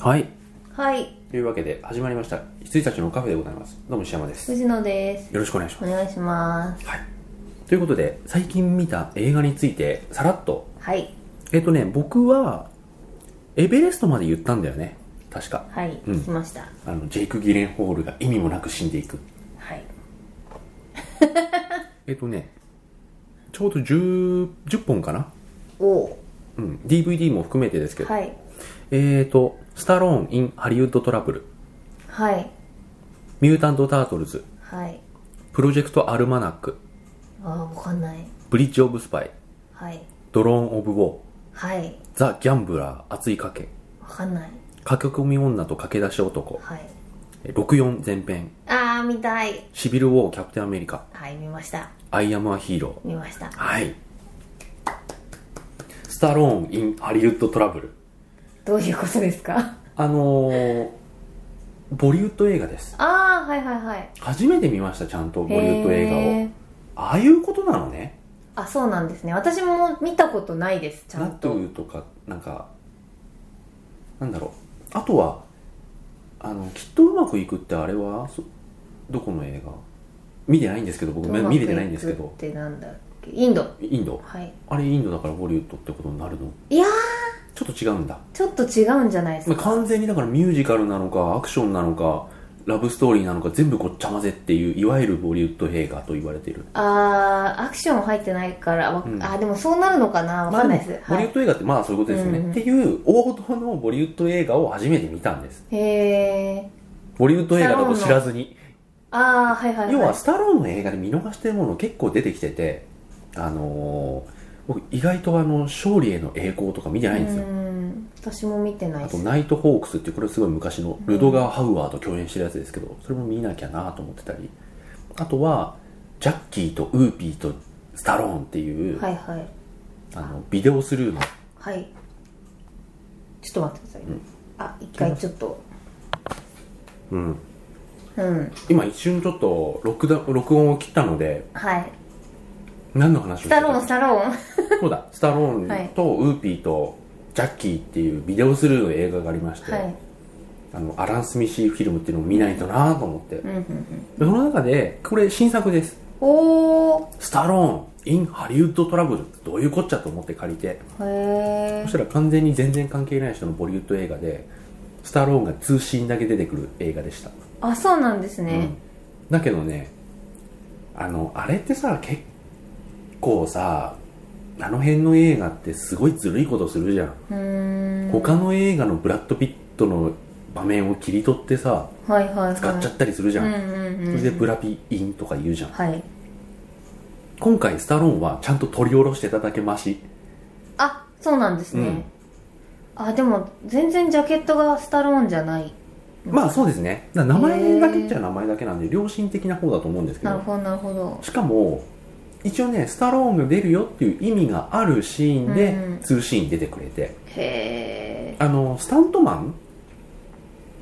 はい。はい、というわけで、始まりました。羊たちのカフェでございます。どうも石山です。よ藤野です。ろしくお願いしまお願いします。す。はい。ということで、最近見た映画について、さらっと。はい、えっ、とね、僕は、エベレストまで言ったんだよね。確か。はい、うん聞きました。あの、ジェイク・ギレンホールが意味もなく死んでいく。はい、えっ、とね、ちょうど10、10本かなおううん。DVD も含めてですけど。はい、えっ、と、スタローン・イン・ハリウッド・トラブル。はい、ミュータント・タートルズ。はい。プロジェクト・アルマナック。ああ、わかんない。ブリッジ・オブ・スパイ。はい、ドローン・オブ・ウォー。はい、ザ・ギャンブラー、熱い賭け、わかんない。駆け込み女と駆け出し男、はい。 64前編、ああ、見たい。シビル・ウォー、キャプテン・アメリカ、はい、見ました。アイ・アム・ア・ヒーロ見ましたー。。はい。スタローン・イン・ハリウッド・トラブル。どういうことです かあのー、ボリウッド映画です。ああ、はいはいはい。初めて見ました、ちゃんとボリウッド映へー画を。ああいうことなのね。あ、そうなんですね。私も見たことないです、ちゃナんトと。ゥーとか、なんか、なんだろう。あとは、あの、きっとうまくいくってあれは、そどこの映画見てないんですけど、僕め見れてないんですけうまどく、いくってなんだっけインド。インド。はい。あれインドだからボリウッドってことになるのいやー、ちょっと違うんだ。ちょっと違うんじゃないですまあか。完全にだからミュージカルなのか、アクションなのか、ラブストーリーなのか、全部ごっちゃ混ぜっていう、いわゆるボリウッド映画と言われている。あーアクション入ってないから、わうんあでもそうなるのかなわかんないです、ボはリいウッ、ド映画ってまあそういうことですよね。うんうんっていう、王道のボリウッド映画を初めて見たんです。へえボリウッド映画だと知らずに。ああはいはい、はい、要はスタローンの映画で見逃してるもの結構出てきてて、あのー僕意外とあの勝利への栄光とか見てないんですよ、うん私も見てないあでとすナイト・ホークスっていうこれすごい昔のルドガー・ハウアーと共演してるやつですけどそれも見なきゃなと思ってたりあとはジャッキーとウーピーとスタローンっていう、はいはいあのビデオスルーのはいちょっと待ってください、あ一回ちょっとうんうん今一瞬ちょっと録だ録音を切ったのではい何の話をしスてタたローンスタローンそうだスタロはいーンとウーピーとジャッキーっていうビデオスルーの映画がありまして、はいあのアラン・スミシーフィルムっていうのを見ないとなと思って、うんうんうんその中でこれ新作ですおお「スタローン・イン・ハリウッド・トラブル」どういうこっちゃと思って借りてへえそしたら完全に全然関係ない人のボリュッド映画でスタローンが通信だけ出てくる映画でした、あそうなんですうねん、だけどねあのあれってさ結構さあの辺の映画ってすごいずるいことするじゃんうーん他の映画のブラッド・ピットの場面を切り取ってさはいはいはい使っちゃったりするじゃん、うんうんそうんれでブラピインとか言うじゃんはい今回スタローンはちゃんと取り下ろしてただけマシあそうなんですね、あでも全然ジャケットがスタローンじゃないまあそうですねだから名前だけっちゃ名前だけなんで良心的な方だと思うんですけなるどほどなるほどしかも一応ねスタローンが出るよっていう意味があるシーンうんうでんツーシーン出てくれて、へえあのスタントマン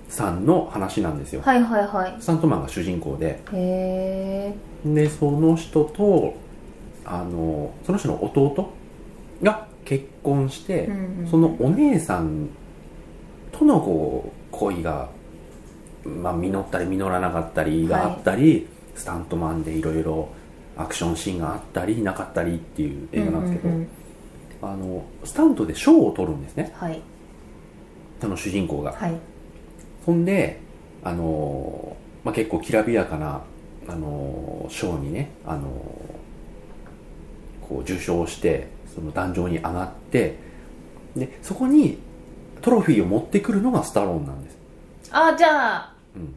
さんの話なんですよ、はいはいはいスタントマンが主人公でへえでその人とあのその人の弟が結婚して、そのお姉さんとのこう恋が、まあ、実ったり実らなかったりがあったり、スタントマンでいろいろアクションシーンがあったりなかったりっていう映画なんですけど、うんうんうんあのスタントで賞を取るんですねはいその主人公が。はいほんで、あのーまあ、結構きらびやかな、あのーショーにね、あのーこう受賞してその壇上に上がってでそこにトロフィーを持ってくるのがスタローンなんです、あじゃあうん、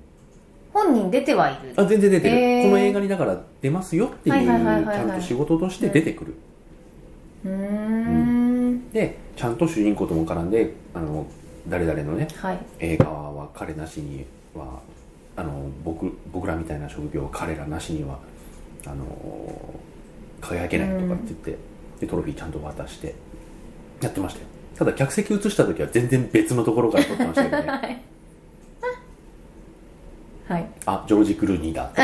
本人出てはいるあ全然出てる、へーこの映画にだから出ますよっていうはいちはいはいはいはいゃんと仕事として出てくる、うーんでちゃんと主人公とも絡んであの誰々のねはい映画は彼なしにはあの僕僕らみたいな職業は彼らなしにはあの輝けないとかって言って、でトロフィーちゃんと渡してやってましたよただ客席移した時は全然別のところから撮ってましたけど ねはいあジョージ・クルーニーだって、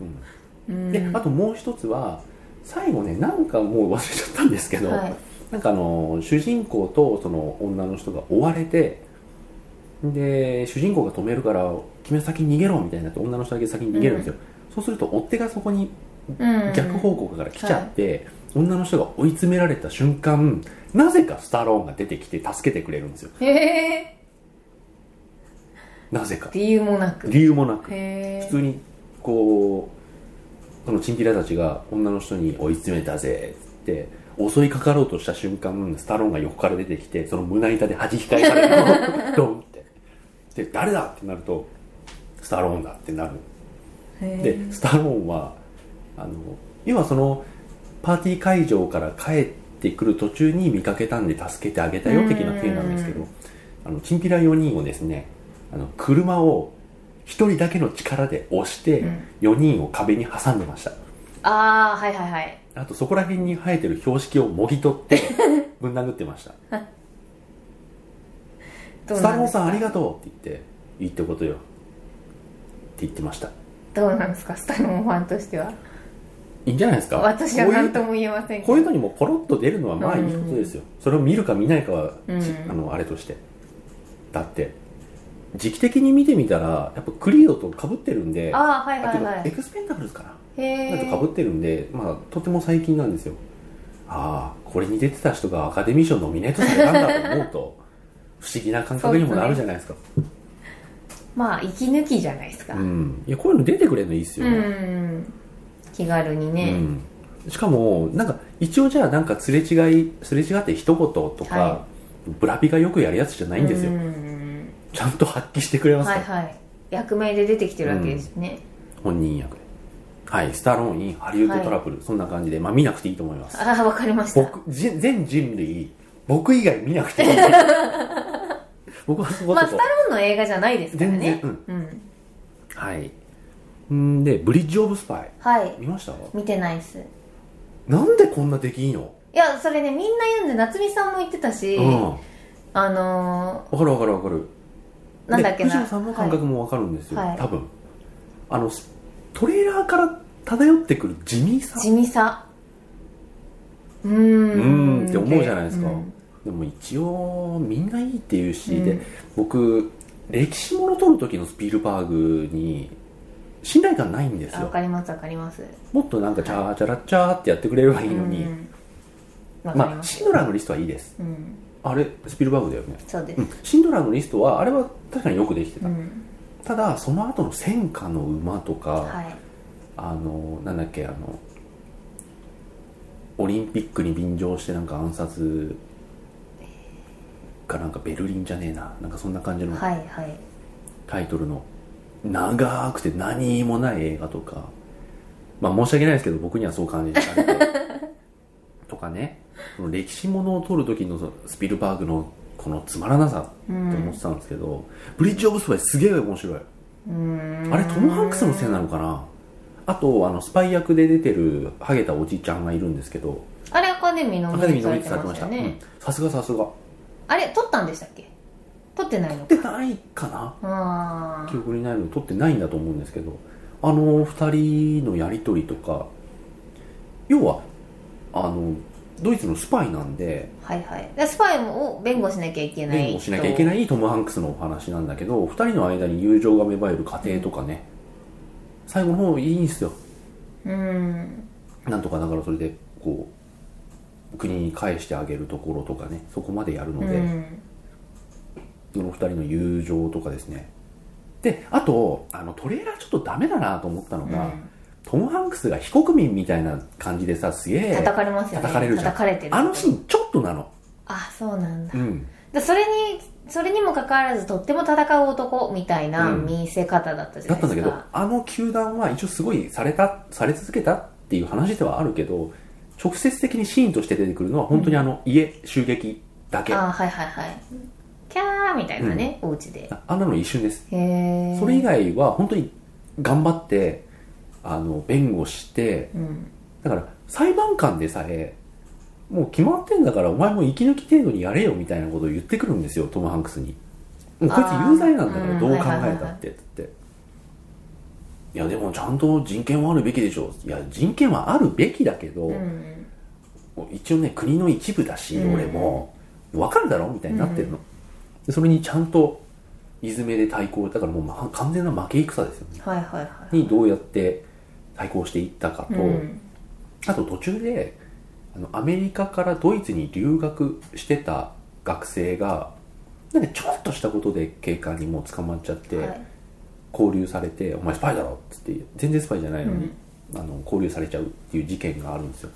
ううんん、であともう一つは最後ねなんかもう忘れちゃったんですけど、はいなんかあの主人公とその女の人が追われてで主人公が止めるから君は先に逃げろみたいになって女の人だけ先に逃げるんですよ、そうすると追っ手がそこにうん逆方向から来ちゃって、女の人が追い詰められた瞬間なぜかスタローンが出てきて助けてくれるんですよへえなぜか理由もなくへ理由もなくえ普通にこうそのチンピラたちが女の人に追い詰めたぜっつって襲いかかろうとした瞬間スタローンが横から出てきてその胸板で弾き返されるのドンってで誰だってなるとスタローンだってなるでスタローンはあの要はそのパーティー会場から帰ってくる途中に見かけたんで助けてあげたよ的な体なんですけうどあのチンピラ4人をですねあの車を1人だけの力で押してうん4人を壁に挟んでました、ああはいはいはいあとそこら辺に生えてる標識をもぎ取って ぶん殴ってました「どうスタなローんンですさんあかりがとう」って言って「いいってことよ」って言ってましたどうなんですかスタローンファンとしてはいいんじゃないですか私はこういう何とも言えませんけどこういうのにもポロッと出るのはまあいいことですよ、それを見るか見ないかは、うんちあのあれとしてだって時期的に見てみたらやっぱクリードと被ってるんでああはいはあていかはエいクスペンダブルズかな、へだとえ被ってるんで、まあ、とても最近なんですよああこれに出てた人がアカデミー賞ノミネートされたんだと思うと 不思議な感覚にもなるじゃないですかまあ息抜きじゃないですかうんいやこういうの出てくれるのいいっすようね、ん気軽にうねん、しかもなんか一応じゃあなんかすれ違いすれ違って一言とか、はブラピがよくやるやつじゃないんですよ、うんちゃんと発揮してくれますかはら、いはい役名で出てきてるわけですね本人役ではいスタローンインハリウッドトラブル、そんな感じでまあ見なくていいと思いますああわかりました僕じ全人類僕以外見なく ていい僕はそこまあそスタこロ、ーンの映画じゃないですから全ね然うんはいんでブリッジ・オブ・スパイはい見ました見てないっすなんでこんなできんの、いやそれねみんな言うんで夏美さんも言ってたしうんわあのかるわかるわかるーなんだっけなで藤野さんの感覚もわかるんですよ、はい多分あのストレーラーから漂ってくる地味さはい地味さうーんうーんって思うじゃないですか、うんでも一応みんないいっていうし、うんで僕歴史もの撮る時のスピルバーグに信頼感ないんですわよかりますわかりますもっとなんかチャーチャラッチャーってやってくれればいいのに、うんわかりまあますシンドラーのリストはいいですうんあれスピルバーグだよねそうですうんシンドラーのリストはあれは確かによくできてうた、んただその後の戦火の馬とか、はいあのなんだっけあのオリンピックに便乗してなんか暗殺かなんかベルリンじゃねえななんかそんな感じのはいはいタイトルの長くて何もない映画とかまあ申し訳ないですけど僕にはそう感じたんでとかね その歴史ものを撮る時のそのスピルバーグのこのつまらなさってう思っんてたんですけど、ブリッジ・オブ・スパイすげえ面白いあれトム・ハンクスのせいなのかなあとあのスパイ役で出てるハゲたおじいちゃんがいるんですけどあれアカデミーのアカデミーさノれミネートてされてままししたたうねんさすがさすがあれ撮ったんでしたっけ撮ってないの撮ってないかなあ記憶にないの撮ってないんだと思うんですけどあの2人のやり取りとか要はあのドイツのスパイなんであはいはいでスパイを弁護しなきゃいけない弁護しなきゃいけいないトム・ハンクスのお話なんだけど2人の間に友情が芽生える過程とかね、最後の方いいんですようんなんとかだからそれでこう国に返してあげるところとかねそこまでやるのうで、んその2人の友情とかですねであとあのトレーラーちょっとダメだなと思ったのが、うんトム・ハンクスが非国民みたいな感じでさすげ叩えかれますよね叩かれるじゃんれてるあのシーンちょっとなのあそうなんだうんでそれにそれにもかかわらずとっても戦う男みたいなうん見せ方だったじゃだなっいたでんだすけか、どあの球団は一応すごいされたされ続けたっていう話ではあるけど直接的にシーンとして出てくるのは本当にあの家襲撃だけ、あはいはいはいキャーみたいなね、お家でああんなの一瞬ですへえそれ以外は本当に頑張ってあの弁護してうんだから裁判官でさえもう決まってんだからお前も息抜き程度にやれよみたいなことを言ってくるんですよトム・ハンクスにもうこいつあー有罪なんだからうんどう考はいはいえはいたはいってつっていやでもちゃんと人権はあるべきでしょいや人権はあるべきだけど、うん一応ね国の一部だし、うん俺も分かるだろみたいになってるの、でそれにちゃんといずめで対抗だからもう、ま、完全な負け戦ですよねはいはいはいにどうやって対抗していったかと、うんあと途中であのアメリカからドイツに留学してた学生がなんかちょっとしたことで警官にもう捕まっちゃって、はい拘留されて「お前スパイだろ」っつって全然スパイじゃないのに、あの拘留されちゃうっていう事件があるんですよ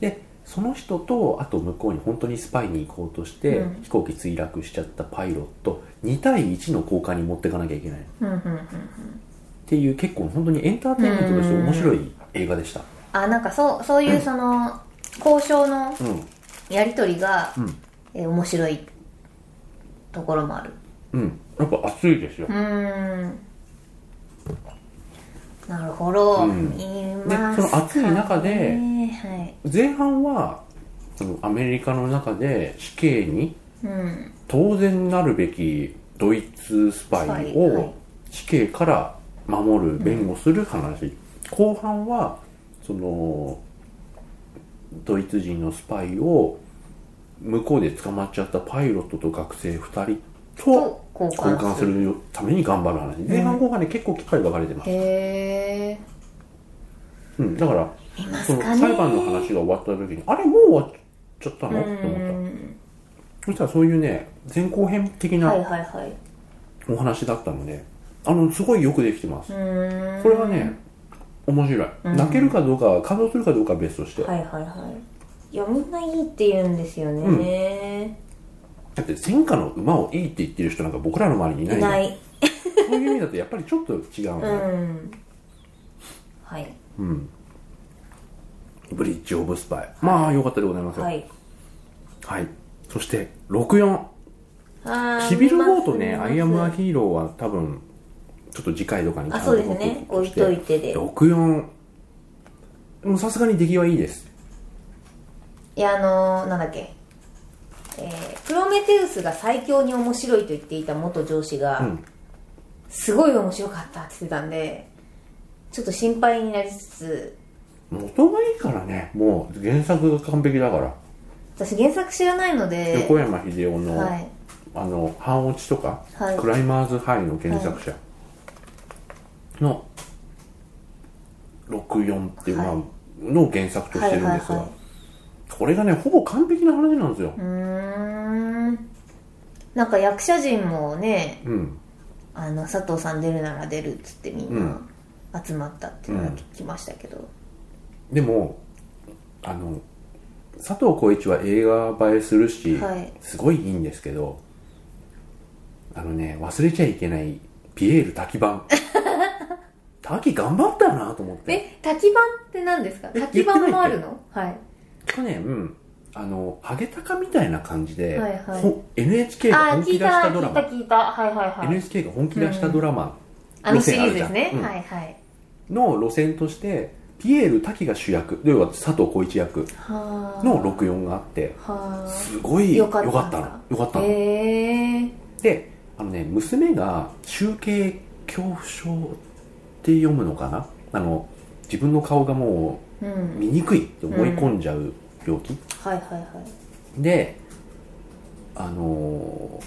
でその人とあと向こうに本当にスパイに行こうとして、うん飛行機墜落しちゃったパイロット2対1の交換に持ってかなきゃいけないっうんうんうんていう結構本当にエンターテインメントとして面白い映画でしたあなんかそうそういうその交渉のうんやり取りが、うんえー面白いところもあるうんやっぱ熱いですよう、ーんなるほど、うんいますでその暑い中ではい前半はそのアメリカの中で死刑にうん当然なるべきドイツスパイスパイはいを死刑から守る弁護する話、後半はそのドイツ人のスパイを向こうで捕まっちゃったパイロットと学生2人とと交交換換すするるために頑張る話前半後半ね結構機会分かれてます、へえうん、だから見まそすのかね裁判の話が終わった時にあれもう終わっちゃったのってう思ったんそしたらそういうね前後編的なはいはいはいお話だったので、あの、すごいよくできてます。うーんこれはね、面白い。うん泣けるかどうか、感動するかどうかは別として。はいはいはいいやみんないいって言うんですよね、だって、戦火の馬をいいって言ってる人なんか僕らの周りにいないいなのいそういう意味だとやっぱりちょっと違うのうね。んはいうん。ブリッジ・オブ・スパイ。まあ、よかったでございますよ。は。はいいそして、64。あーシビル・ゴーとね、見ますアイ・アム・ア・ヒーローは多分、ちょっと次回とかにあそうですね置いといてで64。もうさすがに出来はいいです。いやあのーなんだっけ、えープロメテウスが最強に面白いと言っていた元上司が、うんすごい面白かったって言ってたんでちょっと心配になりつつ元がいいからねもう原作が完璧だから、私原作知らないので横山秀夫の、はいあの「半落ち」とか、はいクライマーズハイ」の原作者の64っていう、はいまあの原作としてるんですが、はいはいはいこれがねほぼ完璧な話なんですよう、ーんなんか役者陣もねうんあの佐藤さん出るなら出るっつってみんうなん集まったっていうのは聞きましたけど、でもあの佐藤浩市は映画映えするし、はいすごいいいんですけどあのね忘れちゃいけないピエール滝版 滝頑張ったよなと思ってえ滝版って何ですかえ滝版もある言のはい去年、うん、あのハゲタカみたいな感じで、はいはいほ NHK があー本聞気い出たしたド聞ラいたマ聞いたはいはいはい NHK が本気出したドラマあのシリーズです路ね、線あはいはいの路線として、ピエール滝が主役要は佐藤浩市役はの64があってはすごいよ良かかっったたんのだ良かったあの、へえであのね娘が集計恐怖症って読むのかなあの自分の顔がもううん見にくいって思い込んじゃう病気、はいはいはいであの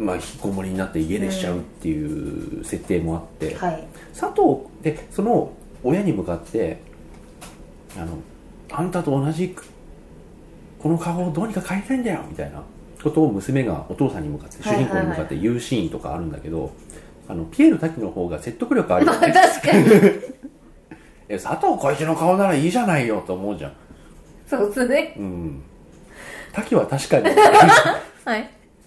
ーまあ引きこもりになって家出しちゃうっていう設定もあって、はい佐藤でその親に向かってあの「あんたと同じくこの顔をどうにか変えたいんだよ」みたいなことを娘がお父さんに向かって主はいはい人はい公に向かって言うシーンとかあるんだけど、あのピエール滝の方が説得力ある まよあね確かにえ佐藤浩市の顔ならいいじゃないよと思うじゃんそうですねうん滝は確か にはい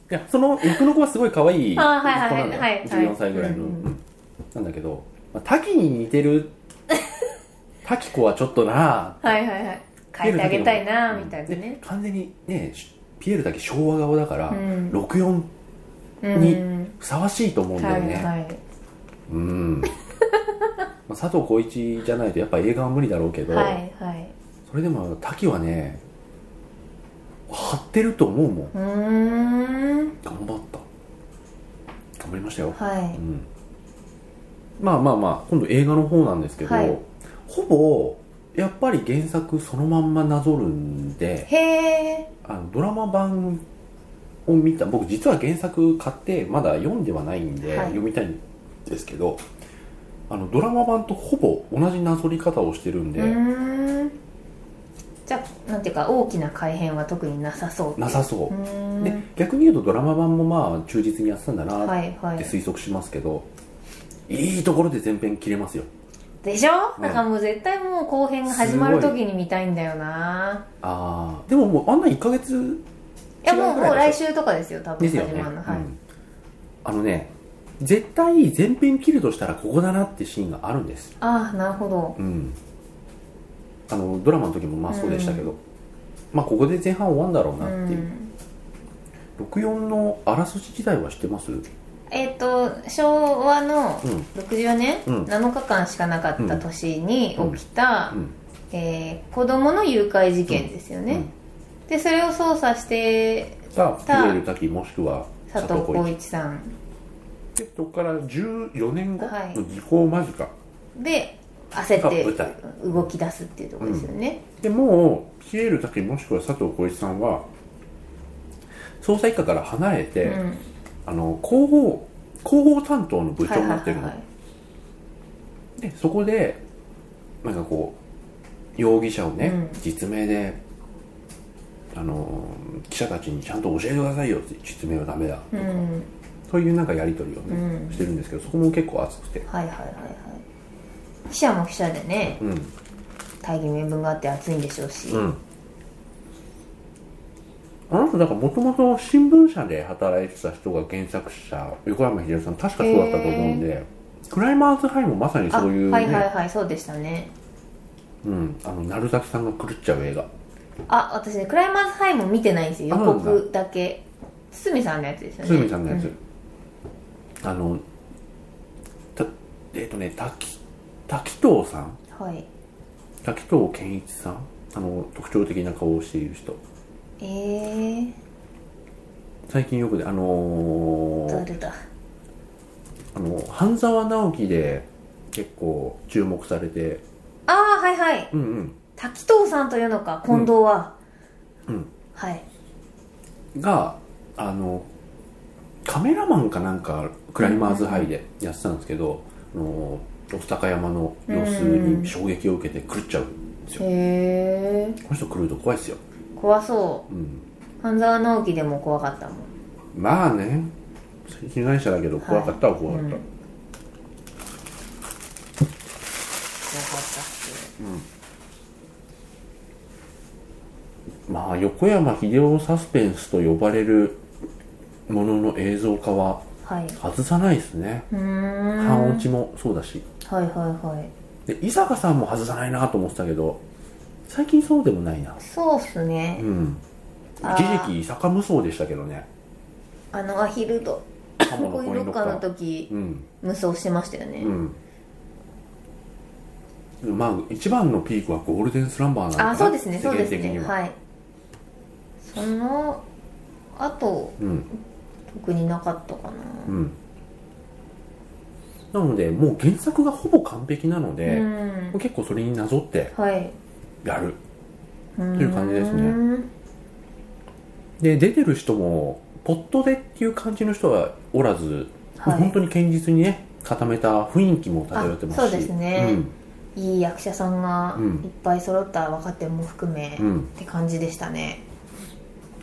いや、その役の子はすごい可愛い子あなーんだはいよ。はいはいはい14歳ぐらいの。うんうんなんだけど、まあ、滝に似て る、滝子はちょっとなはいはいはい変えてあげたいなみたいなうんでね完全にね、しピエールだけ昭和顔だから、うん64うんにふさわしいと思うんだはよね。いはいうん。 まあ、佐藤浩市じゃないとやっぱ映画は無理だろうけど、はいはいそれでも滝はね、張ってると思うもん。うーん頑張った。頑張りましたよ。はいうんまあまあまあ今度映画の方なんですけど、はいほぼやっぱり原作そのまんまなぞるんでへえあのドラマ版を見た僕実は原作買ってまだ読んではないんで、はい読みたいんですけどあのドラマ版とほぼ同じなぞり方をしてるんうで、ーんじゃあなんていうか大きな改変は特になさそうなさそううーんで逆に言うとドラマ版もまあ忠実にやってたんだなっはいはてい推測しますけど、い、いところで全編切れますよでしょ、うんだからもう絶対もう後編が始まる時に見たいんだよなああでももうあんな1ヶ月いやも違うぐらもうで来しょ週とかですよ多分です始よね、まるの、はいうんあのね絶対全編切るとしたらここだなってシーンがあるんですああなるほどうんあのドラマの時もまあそうでしたけど、まあここで前半終わんだろううなっていう、ん64のあらすじ時代は知ってますうんえっ、と昭和の64年、うん7日間しかなかった年に起きた、うんえー子供の誘拐事件ですよね、でそれを捜査してがピエール滝もしくは佐藤浩市さんでそこから14年後はいの時効間近、で焦っが舞台て動き出すっていうところですよね、でもうピエール滝もしくは佐藤浩市さんは捜査一課から離れて、うんはいあの広報広報担当の部長はいになってるの、はいはいでそこでなんかこう容疑者をね、うん実名であの記者たちにちゃんと教えてくださいよって実名はダメだとうか、んそういうなんかやり取りをうね、んしてるんですけどそこも結構熱くてはいはいはいはい記者も記者でねうん大義名分があって熱いんでしょうし、うんあの人なんかもともと新聞社で働いてた人が原作者横山秀夫さん確かそうだったと思うんでクライマーズハイもまさにあそういうね、はいはいはいそうでしたねうん、あの鳴崎さんが狂っちゃう映画あ私ねクライマーズハイも見てないんですよあ予告だけ堤さんのやつですよね堤さんのやつ、うあのたえっ、とね滝滝藤さんはい滝藤健一さんあの特徴的な顔をしている人えー、最近よくであのー誰だあの半沢直樹で結構注目されてああはいはいうんうん滝藤さんというのか近藤は、うんうんはいがあのカメラマンかなんかクライマーズハイでやってたんですけど、あの御巣鷹山の様子に衝撃を受けて狂っちゃう、へえこの人狂うと怖いですよ、怖そううん、半沢直樹でも怖かったもんまあね被害者だけど怖かったは怖かった、はいうん怖かったっすまあ横山秀夫サスペンスと呼ばれるものの映像化ははいう外さないですね、ーん半落ちもそうだしはいはいはいで伊坂さんも外さないなと思ってたけど最近そうでもないなそうっすねうんあー一時期伊坂無双でしたけどねあのアヒルとカコインロッカーの時うん無双してましたよね、うんまあ一番のピークはゴールデンスランバーなのかなあそうですね世そう間です的にねは、はいそのあとうん特になかったかなうんなのでもう原作がほぼ完璧なのうで、ん結構それになぞってはいやるという感じですねで出てる人もポットでっていう感じの人はおらず、はい本当に堅実にね固めた雰囲気も漂ってますしあそうですねうんいい役者さんがうんいっぱい揃った若手も含め、うっんて感じでしたね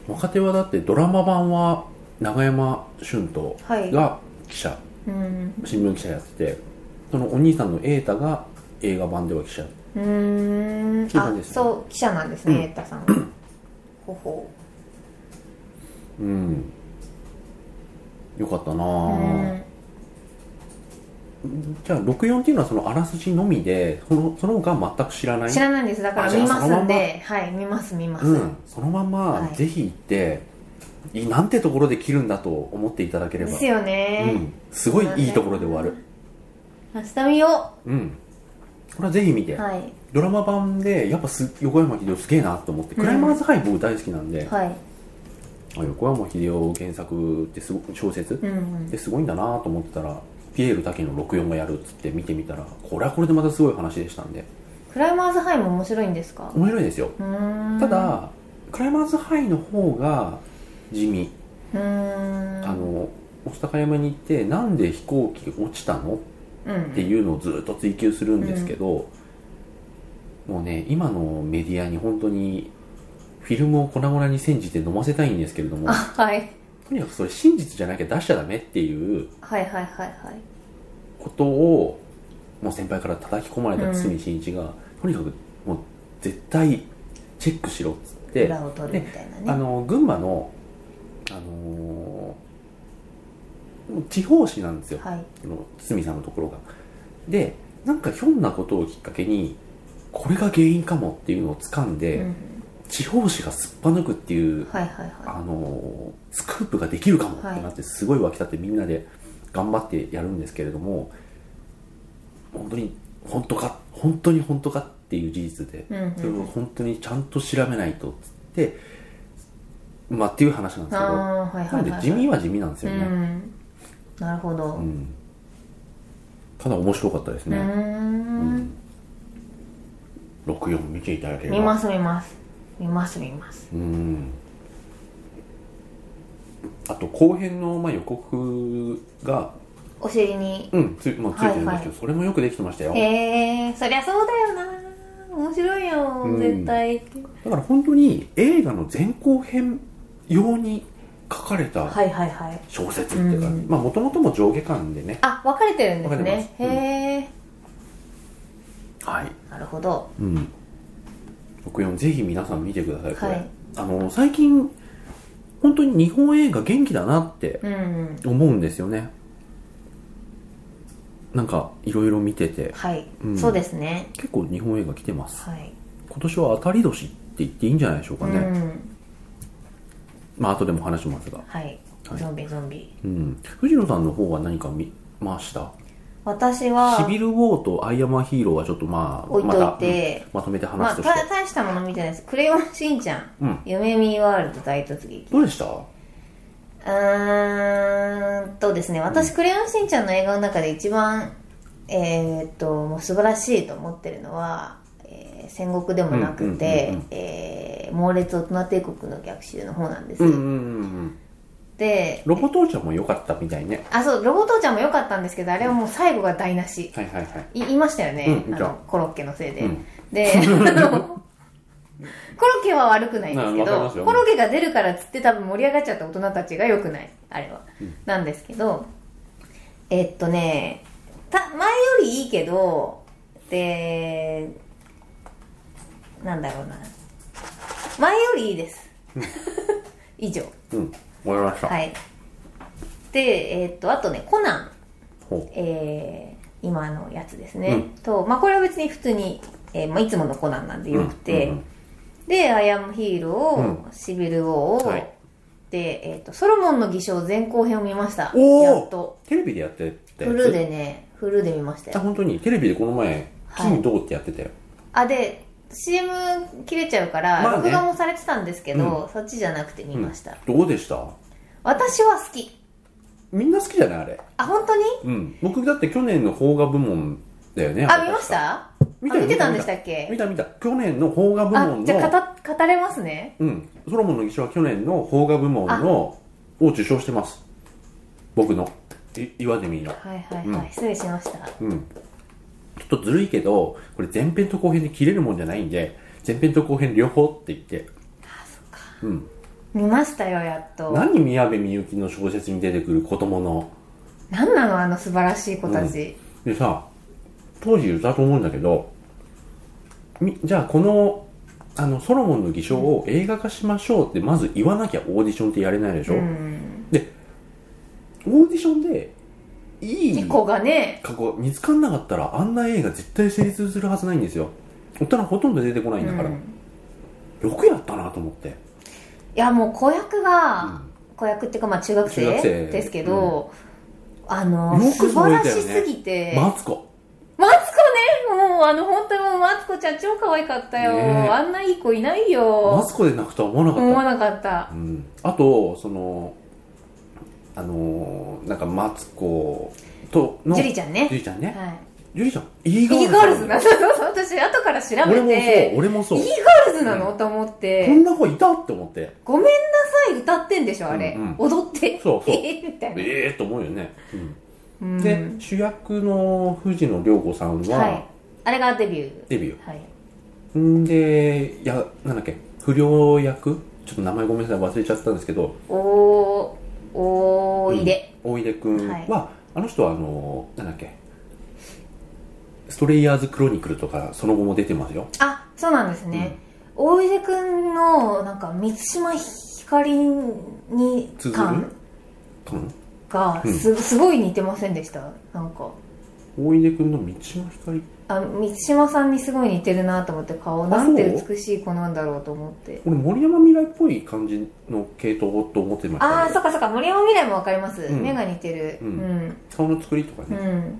若手はだってドラマ版は永山俊斗はいが記者うん新聞記者やっててそのお兄さんの瑛太が映画版では記者うーんそうなあんですねそう記者なんですうんねエッタさんはほほうんよかったなうぁんじゃあ64っていうのはそのあらすじのみでそのその他全く知らない知らないんですだからあじゃあ見ますそのまんんまではい見ます見ます、うん、そのまんまはいぜひ行って、いいなんてところで切るんだと思っていただけれでば、すよね、うん、すごいいいところで終わる、明日見ようん、これはぜひ見て、うはいドラマ版でやっぱす横山秀夫すげえなと思って、うんクライマーズハイ僕大好きなんで、はいあ横山秀夫原作ってすご小説うんうんですごいんだなと思ってたらピエールだけの64もやるっつって見てみたらこれはこれでまたすごい話でしたんでクライマーズハイも面白いんですか面白いですようーんただクライマーズハイの方が地味うーんあの御巣鷹山に行ってなんで飛行機落ちたのうんっていうのをずっと追求するんですけど、もうね今のメディアに本当にフィルムを粉々に煎じて飲ませたいんですけれどもあはいとにかくそれ真実じゃなきゃ出しちゃダメっていうはいはいはいはいことをもう先輩から叩き込まれた堤真一が、とにかくもう絶対チェックしろっつって、裏を取るみたいなねあの群馬の、あのー地方紙なんですよはいその堤さんのところがでなんかひょんなことをきっかけにこれが原因かもっていうのを掴んで、うん地方紙がすっぱ抜くっていう、はいはいはあのースクープができるかもってなってすごい沸き立ってみんなで頑張ってやるんですけれども本当に本当か本当に本当かっていう事実でいうんうんそれを本当にちゃんと調べないとっつってまあっていう話なんですけどなああーはいはいのはいではい地味は地味なんですようね、んなるほどう、うんただ面白かったですね、ーん64見ていただければ見ます見ます見ます見ますうんあと後編のまあ予告がお尻にうんつ,、まあ、ついてるんですけど、はいはいそれもよくできてましたよへえそりゃそうだよな面白いようん絶対だから本当に映画の前後編用に書かれたはいはいはい小説っていうか、うんまあもともとも上下巻でねあ分かれてるんです分かれてねますうんへえはい、なるほどうん、64ぜひ皆さん見てくださいこれ、はいあの最近本当に日本映画元気だなってうん思うんですよねなんかいろいろ見ててはいうんそうですね結構日本映画来てますはい今年は当たり年って言っていいんじゃないでしょうかうね、んまあ後でも話しますが、はいはいゾンビゾンビうん、藤野さんの方は何か見ました私シはビル・ウォーとアイ・アマ・ヒーローはちょっとまあ置いまといた、うんてまとめてま話すあとたして、大したもの見てないですクレヨンしんちゃんうん夢見ワールド大突撃どうでしたはうーんとですね、私、クレヨンしんちゃんの映画の中で一番、えーっと、もう素晴らしいと思ってるのは、えー戦国でもなうんうんくて、うんうんえー猛烈大人帝国の逆襲の方なんです。うんうんうんうんで、ロボ父ちゃんも良かったみたいねあ、そう、ロボ父ちゃんも良かったんですけど、あれはもう最後が台無し。はいはいはいい言いましたよね、うんあいたのコロッケのせいで。うんで、あのコロッケは悪くないんですけうんわかりまど、すよコロッケが出るからっつって多分盛り上がっちゃった大人たちが良くない、あれは。なんですけど、えっとね、た前よりいいけど、で、なんだろうな。前よりいいです。 以上。うん終わりました、はい。で、えっと、あとね、コナン。ほうえー今のやつですね、うんと、まあ、これは別に普通に、えーまあ、いつものコナンなんでよくて、うんうんうんで「アイアムヒーロー」をうシビル・ウォー」を、はいで、えーと「ソロモンの偽証」前後編を見ましたおーやっとテレビでやってたやフつルでねフルで見ましたあよ本当にテレビでこの前はい金どうってやってたよ、あで CM 切れちゃうから、まあね録画もされてたんですけど、そっちじゃなくて見ました、どうでした私は好きみんな好きじゃないあれあ本当にうん僕だって去年の邦画部門だよねあれ見ました見あたよ見てたんで見したたっけ見た見た去年の邦画部あ門じゃあの語語れますねうんソロモンの偽証は去年の邦画部門のを受賞してます僕のい岩デミーのはいはいうんはい、失礼しましたうんちょっとずるいけどこれ前編と後編で切れるもんじゃないんで前編と後編両方って言ってうん見ましたよやっとな何宮部みゆきの小説に出てくる子供のんなのあの素晴らしい子たち、でさ当時歌と思うんだけどみじゃあこのあのソロモンの偽証を映画化しましょうってまず言わなきゃオーディションってやれないでしょ、うんオーディションでいいいい子がね過去見つかんなかったらあんな映画絶対成立するはずないんですよ大人ほとんど出てこないんだから、うんよくやったなと思って、いやもう子役が、うん子役っていうかまあ中学中学生生ですけど、あのよ素く晴覚えらたよねしすぎて、マツコマツコねもうあの本当にもうマツコちゃん超可愛かったよ、ねえあんないい子いないマよツコで泣くとは思わなかった思わなかったうん、あとそのあのーなんかマツコとの樹里ちゃんねジュリちゃんねはいゆりちゃん E ガーイルズーガールズなの そうそう私後から調俺もそうべて俺もイそうーガールズなの、と思っこんてな子いたって思ってごめんなさい歌ってんでしょあれ、うんうん踊ってそうそうえーみたいな、ええと思うよね、うんうんで主役の藤野涼子さんはいはあれがデビュデビュー、ーはいんでやなんだっけ不良役ちょっと名前ごめんなさい忘れちゃったんですけどおーおーいで、大出君は、はいあの人はあのなんだっけストレイヤーズ・クロニクルとかその後も出てますよあそうなんですね、大出くんのなんか満島ひかりに通ずる感かながうんす,、すごい似てませんでしたなんか大出君の道の光あ満島さんにすごい似てるなと思って顔あなんてそう美しい子なんだろうと思って俺森山未来っぽい感じの系統と思ってましたああそっっかそっか森山未来もわかります、うん目が似てるううんん顔の作りとかうん、ね、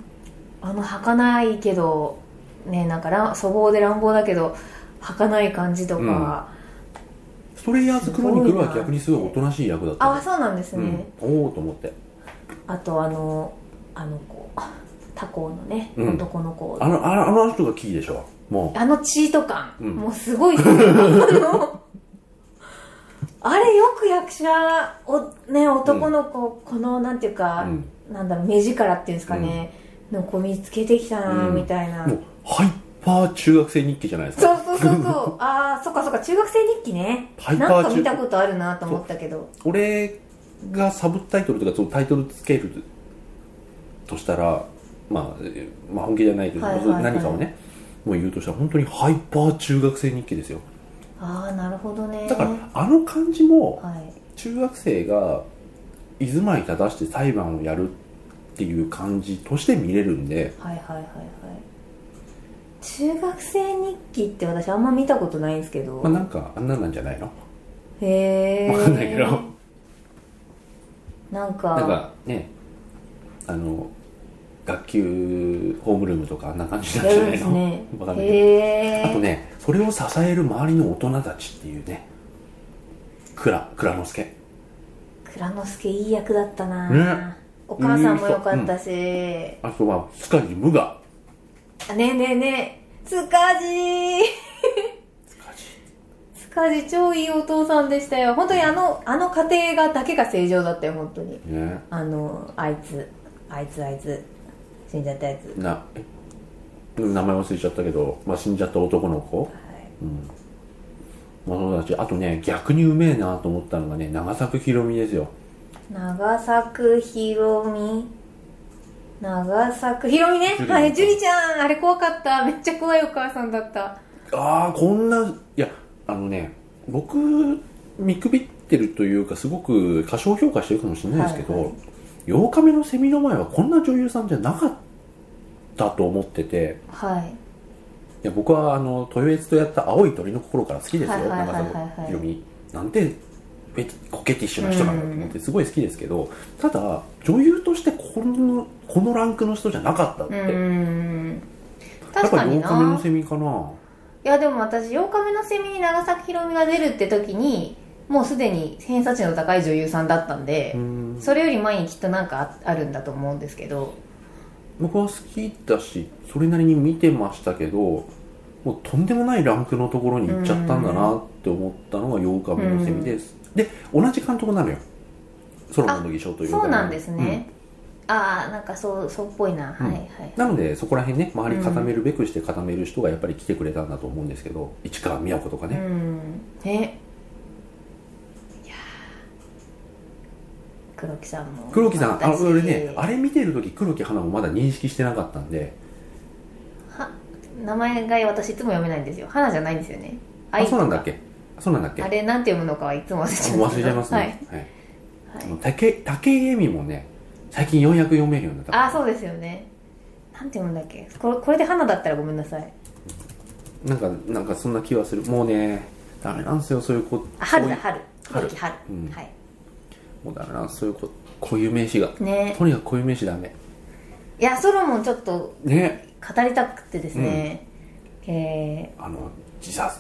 あの儚いけどねなんから粗暴で乱暴だけど儚い感じとか、ストレイヤーズ・クロニクルは逆にすごいおとなしい役だったああねそうなんですね、うん、おおと思ってあとあのあの子他校のね、うん男の子あのあのあの人がキーでしょもあのチート感、うんもうすごいです よあのあれよく役者をね男の子、このなんていうう、うか、ん、なんだ目力っていうんですかね、の子見つけてきたな、うんみたいな、もうハイパー中学生日記じゃないですかそうそうそ うそうああそっかそっか中学生日記ねハイパーなんか中見たことあるなと思ったけど俺がサブタイトルとかそのタイトルつけるとしたら、まあ、えーまあ本気じゃないけど、はいはいはい何かをねもう言うとしたら本当にハイパー中学生日記ですよああなるほどねだからあの感じもはい中学生が居住まい正して裁判をやるっていう感じとして見れるんではいはいはいはい中学生日記って私あんま見たことないんですけど、まあなんかあんなんなんじゃないのへえわかんないけどなんかなんかねあの学級ホームルームとかあんな感じなんやじゃるんないですの、ねわかんないけどへあとえねそれを支える周りの大人たちっていうね蔵蔵之介蔵之介いい役だったな、ねお母さんも良かったし、ねあとは塚地無我えねえねえ塚地塚地塚地超いいお父さんでしたよ本当にあのあの家庭がだけが正常だったよ本当にねあのあいつあいつあいつ死んじゃったやつなえ名前忘れちゃったけど、まあ、死んじゃった男の子はいうんまあそうだしあとね逆にうめえなと思ったのがね長作ひろみですよ長作ひろみ長作ひろみねジュリはいジュリちゃんあれ怖かっためっちゃ怖いお母さんだったああこんないやあのね僕見くびってるというかすごく過小評価してるかもしれないですけど、はいはい8日目のセミの前はこんな女優さんじゃなかったと思っててはいいや僕はあの豊悦とやった「青い鳥の心」から好きですよはいはいはいはいはい長作ひろみなんてペテコケティッシュな人なんだと思ってすごい好きですけど、ただ女優としてこのこのランクの人じゃなかったっうて、ーんやっ確ぱかに8日目のなセミかな、いやでも私8日目のセミに長作ひろみが出るって時にもうすでに偏差値の高い女優さんだったんで、うんそれより前にきっとなんかああるんだと思うんですけど僕は好きだしそれなりに見てましたけどもうとんでもないランクのところに行っちゃったんだなって思ったのが8日目のセミです、で同じ監督なのよソロモンの偽証というそうなんですね、ああなんかそうそうっぽいな、うんはいはいなのでそこら辺ね周り固めるべくして固める人がやっぱり来てくれたんだと思うんですけど市川美和子とかうね、んねいやー黒木さんも黒木さんあ私俺ねあれ見てる時黒木花もまだ認識してなかったんでは名前が私いつも読めないんですよ花じゃないんですよねあそうなんだっけけそうなんだっけあれなんて読むのかはいつも忘れちゃうもう忘れちゃいますね、はいはいはいあの竹竹井絵美もね最近ようやく読めるようになったあそうですよねなんて読むんだっけこれこれで花だったらごめんなさいなんかなんかそんな気はするもうねダメなんですよそういう子あ春だこ春春黒木春、うんはいもうダメなんですそういう子固有名詞がねとにかく固有名詞ダメいやソロモンちょっとね語りたくてですね、えあの自殺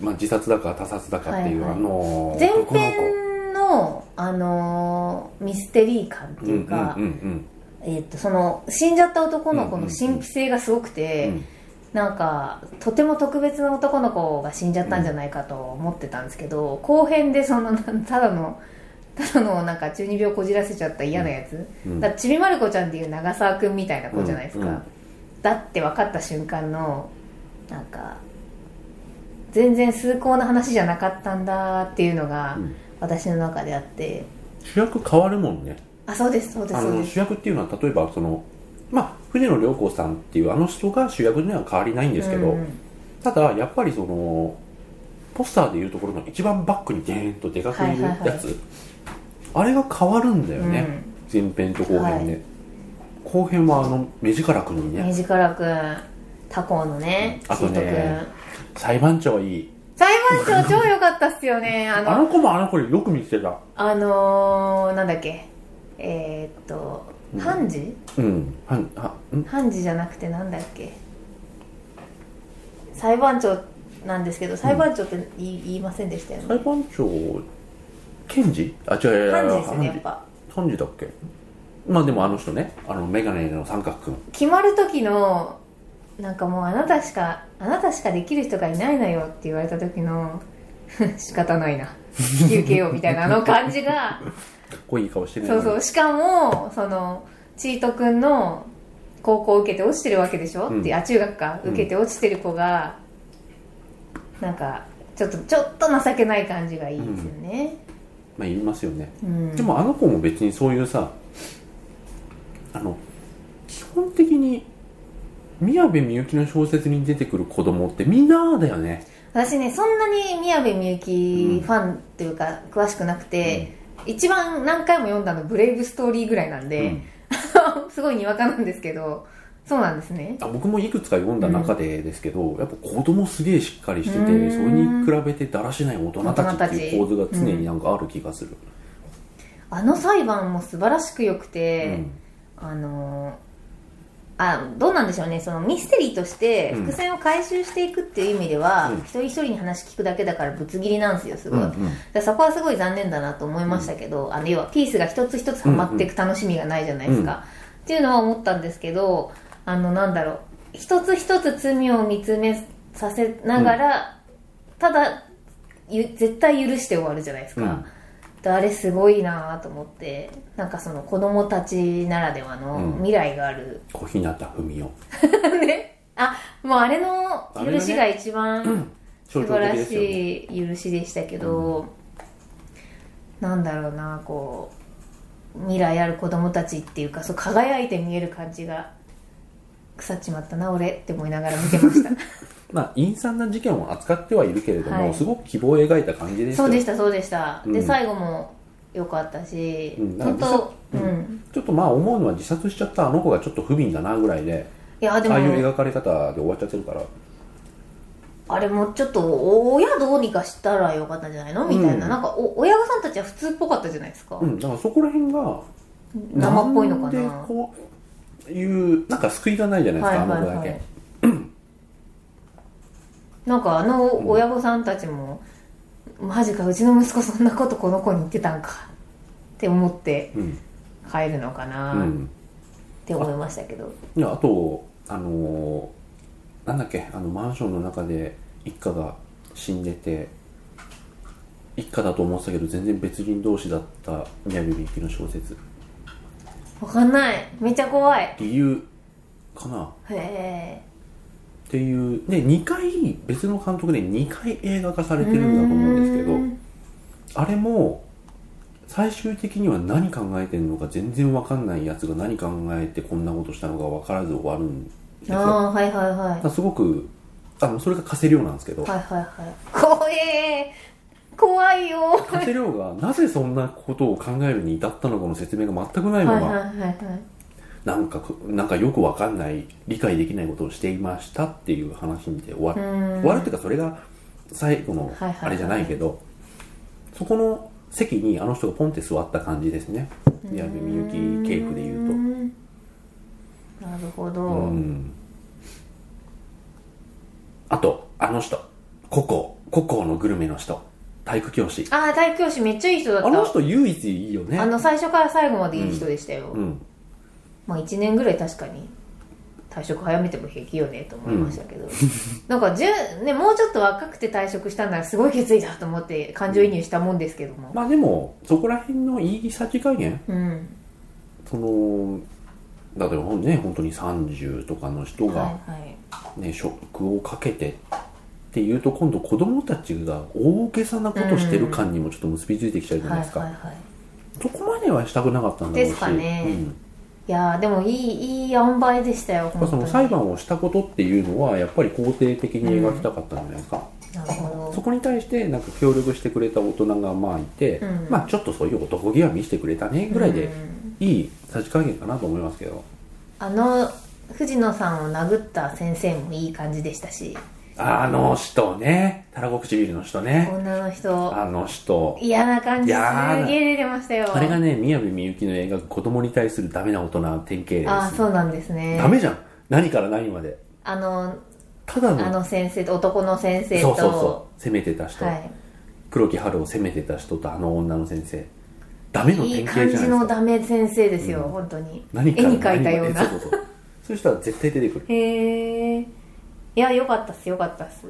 まあ自殺だか他殺だかっていう、はいはあいのー、前男の子編のあのーミステリー感っていうか、うんうんうんえっとその死んじゃった男の子の神秘性がすごくて、うんなんかとても特別な男の子が死んじゃったんじゃないかと思ってたんですけど、後編でその なんただのただのなんか中二病こじらせちゃった嫌なやつ、うんだちびまる子ちゃんっていう長澤君みたいな子じゃないですか、うんうんだって分かった瞬間のなんか全然崇高な話じゃなかったんだっていうのがうん私の中であって、主役変わるもんねあそうですそうですあそうのです主役っていうのは例えばそのまあ藤野涼子さんっていうあの人が主役には変わりないんですけど、うんただやっぱりそのポスターでいうところの一番バックにデーンとでかくいるはいはいはいやつ、あれが変わるんだよね、前編と後編で、は後編はあの目力くんうねん、目力くん他校のねあとねシートくん裁判長いい裁判長超良かったっすよねああのの子もあの子でよく見てたあのー、なんだっけえー、っと判事うんはんはん判事じゃなくてなんだっけ裁判長なんですけど裁判長って言い,、言いませんでしたよ裁ね判長検事あ違う違う違う判事ですよねや判っぱ判事だっけまあでもあの人ねあのメガネの三角くん決まる時のなんかもうあなたしかあなたしかできる人がいないのよって言われた時の 仕方ないな引き受けようみたいなあの感じがかっこいい顔してるそうそうしかもそのチートくんの高校受けて落ちてるわけでしょ、うんってあ中学かうん受けて落ちてる子が、なんかちょっとちょっと情けない感じがいいですよね、まあ言いますよね、うんでもあの子も別にそういうさあの基本的に宮部みゆきの小説に出てくる子供ってみんなだよね私ねそんなに宮部みゆうんきファンというか詳しくなくて、一番何回も読んだの「ブレイブストーリー」ぐらいなんで、 すごいにわかなんですけどそうなんですねあ僕もいくつか読んだ中でですけど、やっぱ子供すげえしっかりしてて、うんそれに比べてだらしない大人たちっていう構図が常になんかある気がする、あの裁判も素晴らしくよくうんて、あのあどうなんでしょうねそのミステリーとしてうん伏線を回収していくっていう意味では、うん一人一人に話聞くだけだからぶつ切りなんですよすうごい、んうんだからそこはすごい残念だなと思いましたけど、あの要はピースが一つ一つはまっていく楽しみがないじゃないですか、っていうのは思ったんですけどあのなんだろう一つ一つ罪を見つめさせながら、ただゆ絶対許して終わるじゃないですか、うんであれすごいなと思ってなんかその子供たちならではうんの未来がある、 小日向文世ねあもうあれの許しが一番素晴らですよねしい許しでしたけど、なんだろうなこう未来ある子供たちっていうかそう輝いて見える感じが腐っちまったな俺って思いながら見て ましたまあ陰惨な事件を扱ってはいるけれども、はいすごく希望を描いた感じですそようでねしたそうでした、うでん最後も良かったし、うん本当ううんん、ちょっとまあ思うのは自殺しちゃったあの子がちょっと不憫だなぐらいでいやでもああいう描かれ方で終わっちゃってるからあれもちょっと親どうにかしたらよかったんじゃないのみたいな、うんなんかお親御さんたちは普通っぽかったじゃないですか、うんだからそこら辺が生っぽいのかなんでこういうなんか救いがないじゃないですか、はいあの子だはいはけいなんかあの親御さんたちも、マジかうちの息子そんなことこの子に言ってたんかって思ってうん帰るのかなうっんて思いましたけど、いやあとあのーなんだっけあのマンションの中で一家が死んでて一家だと思ってたけど全然別人同士だった宮部みゆきの小説わかんないめっちゃ怖い理由かなっへえていうで2回別の監督で2回映画化されてるんだと思うんですけどあれも最終的には何考えてるのか全然わかんないやつが何考えてこんなことしたのか分からず終わるんですあよあーはいはいはだいからすごくあのそれが稼量なんですけどはいはいはい怖え怖いよは稼量がなぜそんなことを考えるに至ったのかの説明が全くないいまはいま、はいはいなんかくなんかよくわかんない理解できないことをしていましたっていう話で終わるうん終わるっていうかそれが最後のはいはいはいあれじゃないけど、そこの席にあの人がポンって座った感じですね宮部みゆき系譜でいうとんなるほど、うんあとあの人ココココのグルメの人体育教師ああ体育教師めっちゃいい人だったあの人唯一いいよねあの最初から最後までいい人でしたよ、うんまあ1年ぐらい確かに退職早めても平気よねと思いました けど、なんか10、ね、もうちょっと若くて退職したならすごい決意だと思って感情移入したもんですけども、まあでもそこら辺のいいさじ加減うんその例えばほんね本当に30とかの人が、はいはいね職をかけてっていうと今度子供たちが大げさなことしてる感にもちょっと結びついてきちゃうじゃないですか、はいはいはいそこまではしたくなかったんだろうしですかねうんいやーでもいいいい塩梅でしたよやっぱ本そ当のに裁判をしたことっていうのはやっぱり肯定的に描きたかったんじゃないですか、なるほそどこに対してなんか協力してくれた大人がまあいて、うんまあちょっとそういう男気は見せてくれたねぐらいでうんいいさじ加減かなと思いますけど、あの藤野さんを殴った先生もいい感じでしたしあの人ねたらこ唇の人ね女の人あの人嫌な感じす嫌なげえ出てましたよあれがね宮部みゆきの映画子供に対するダメな大人典型例ですあーそうなんですねダメじゃん何から何まであのただのあの先生と男の先生とそうそうそう責めてた人、はい黒木春を責めてた人とあの女の先生ダメのい典い型じゃない感ですじかのダメ先生ですよ、うん本当に何か絵らに描いた何まよでうなそうそうそうそういう人は絶対出てくるへえいや良かったっす良かったっす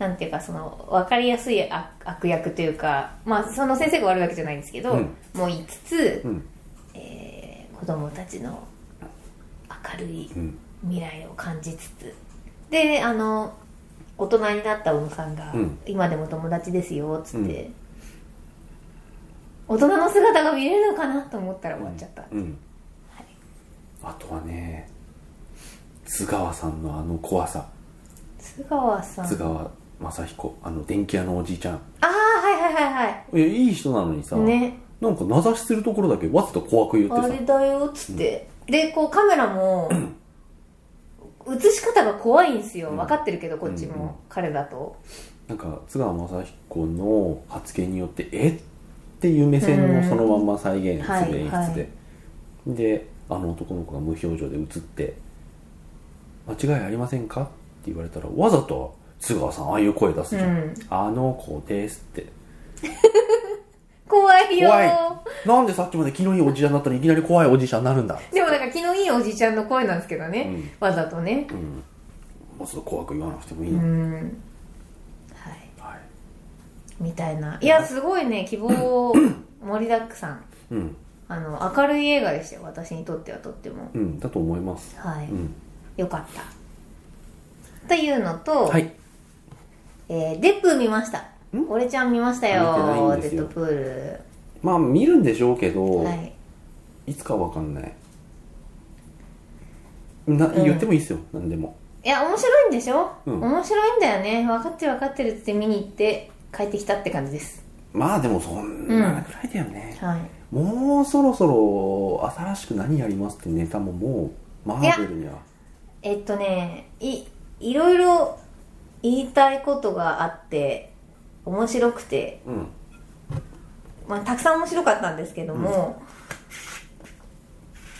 なんていうかその分かりやすい悪悪役というかまあその先生が悪いわけじゃないんですけど、うんもう言いつつ、うんえー子供たちの明るいうん未来を感じつつであの大人になった小野さんが、うん今でも友達ですよ」っつって、大人の姿が見れるのかなと思ったら終わっちゃった、うん、あとはね津川さんのあの怖さ津川さん津川雅彦あの電気屋のおじいちゃんああはいはいはいはいいやいい人なのにさ、ねなんか名指しするところだけわざと怖く言っあてされだよっつって、でこうカメ ラも映し方が怖いんですようん分かってるけどこっちも、うんうん彼だとなんか津川雅彦の発言によってえっていう目線をそのまんま再現する演出で、はいはいであの男の子が無表情で映って「間違いありませんか?」って言われたらわざと津川さんああいう声出すじゃん「うんあの子です」って怖いよ怖いなんでさっきまで気のいいおじちゃんだったのにいきなり怖いおじいちゃんになるんだ、でもなんか気のいいおじちゃんの声なんですけどうね、んわざとねうん、もうちょっと怖く言わなくてもいいうの、んはいはいみたいないやすごいね希望盛りだくさんうんあの明るい映画でしたよ私にとってはとってもうん、だと思います、はい、うん、よかったというのと、はいえーデップ見ましたん俺ちゃん見ました見てなよいんですデよッドプーまあ見るんでしょうけど、ルはいいつかわかんないなうん言ってもいいですよ、何でもいや面白いんでしょ、うん面白いんだよね分かってる分かってるって見に行って帰ってきたって感じですまあでもそんなぐらいだよね、はいもうそろそろ新しく何やりますってネタももうマーベルにはえっとねいいろいろ言いたいことがあって面白くて、うんまあ、たくさん面白かったんですけども、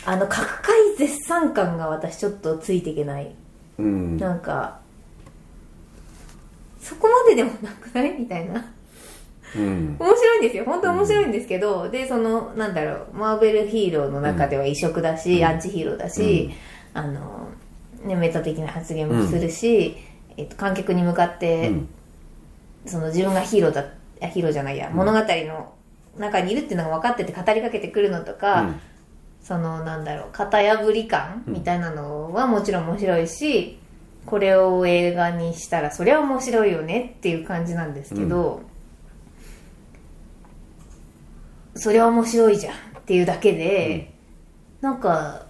あの各界絶賛感が私ちょっとついていけないうんなんかそこまででもなくないみたいなうん面白いんですよ本当面白いんですけど、でそのなんだろうマーベルヒーローの中では異色だし、うんアンチヒーローだし、あのね、メタ的な発言もするし、えっと、観客に向かっうて、んその自分がヒーローだあヒーローじゃないや、ん物語の中にいるっていうのが分かってて語りかけてくるのとか、そのなんだろう型破り感うんみたいなのはもちろん面白いし、これを映画にしたらそりゃ面白いよねっていう感じなんですけど、そりゃ面白いじゃんっていうだけで、なんか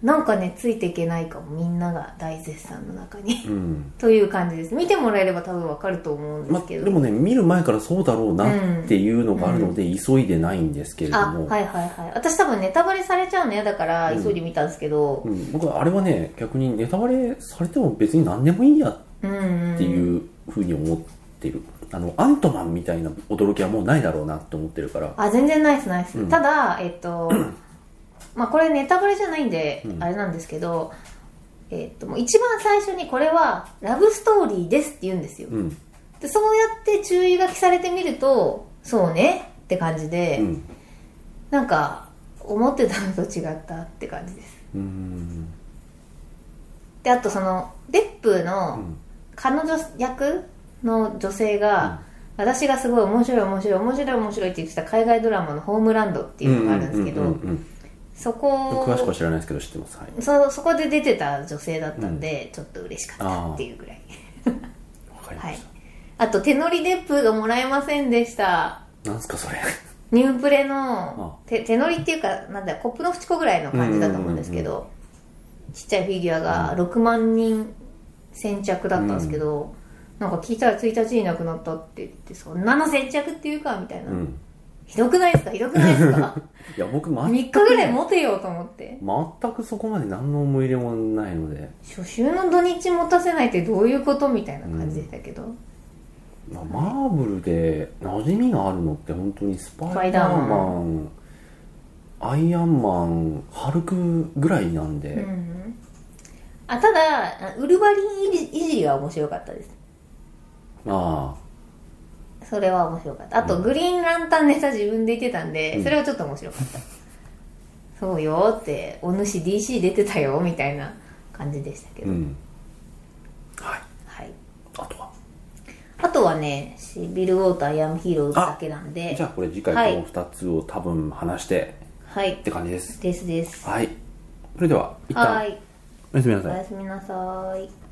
なんかねついていけないかもみんなが大絶賛の 中にうんという感じです見てもらえれば多分わかると思うんでますけど、でもね見る前からそうだろうなっていうのがあるので、急いでないんですけれどあも、はいはいはい私多分ネタバレされちゃうの嫌だからうん急いで見たんですけどう、ん、僕はあれはね逆にネタバレされても別に何でもいいやうんうん、っていうふうに思ってる、あのアントマンみたいな驚きはもうないだろうなって思ってるからあ全然ないですないです、うんただえっ とまあこれネタバレじゃないんで、うんあれなんですけどえっともう一番最初にこれはラブストーリーですって言うんですよ、うんでそうやって注意書きされてみるとそうねって感じで、うんなんか思ってたのと違ったって感じですうんであとそのデップうのん彼女役の女性が、私がすごい面白い面白い面白い面白いって言ってた海外ドラマの「ホームランド」っていうのがあるんですけど、うんうんうんうんそこ詳しくは知らないですけど知ってますはいそそこで出てた女性だったんで、ちょっと嬉しかったっていうぐらいわかりはまいした、あと手乗りデップがもらえませんでしたなんすかそれニュープあレの手手乗りっていうかなんだコップの縁子ぐらいの感じだと思うんですけど、ちっちゃいフィギュアが6万人先着だったんですけど、なんか聞いたら1日に亡くなったって言ってそんなの先着っていうかみたいな、うんひどくないですかひどくないです かいや僕、ま、 3日ぐらい持てようと思って全くそこまで何の思い入れもないので、初週の土日持たせないってどういうことみたいな感じでしたけど、まあマーブルで馴染みがあるのって本当にスパイダーマンアイアンマンハルクぐらいなんで、うんあただウルヴァリンいじいじりは面白かったですあそれは面白かったあと、うんグリーンランタンネタ自分で言ってたんで、うんそれはちょっと面白かったそうよってお主 DC 出てたよみたいな感じでしたけあど、うんはいはい、あとはあとはねシビル・ウォーター・ヤム・ヒーローズだけなんでじゃあこれ次回この2つを多分話してはいって感じですですですはいそれでは一は旦いおやすみなおさいやすみなさい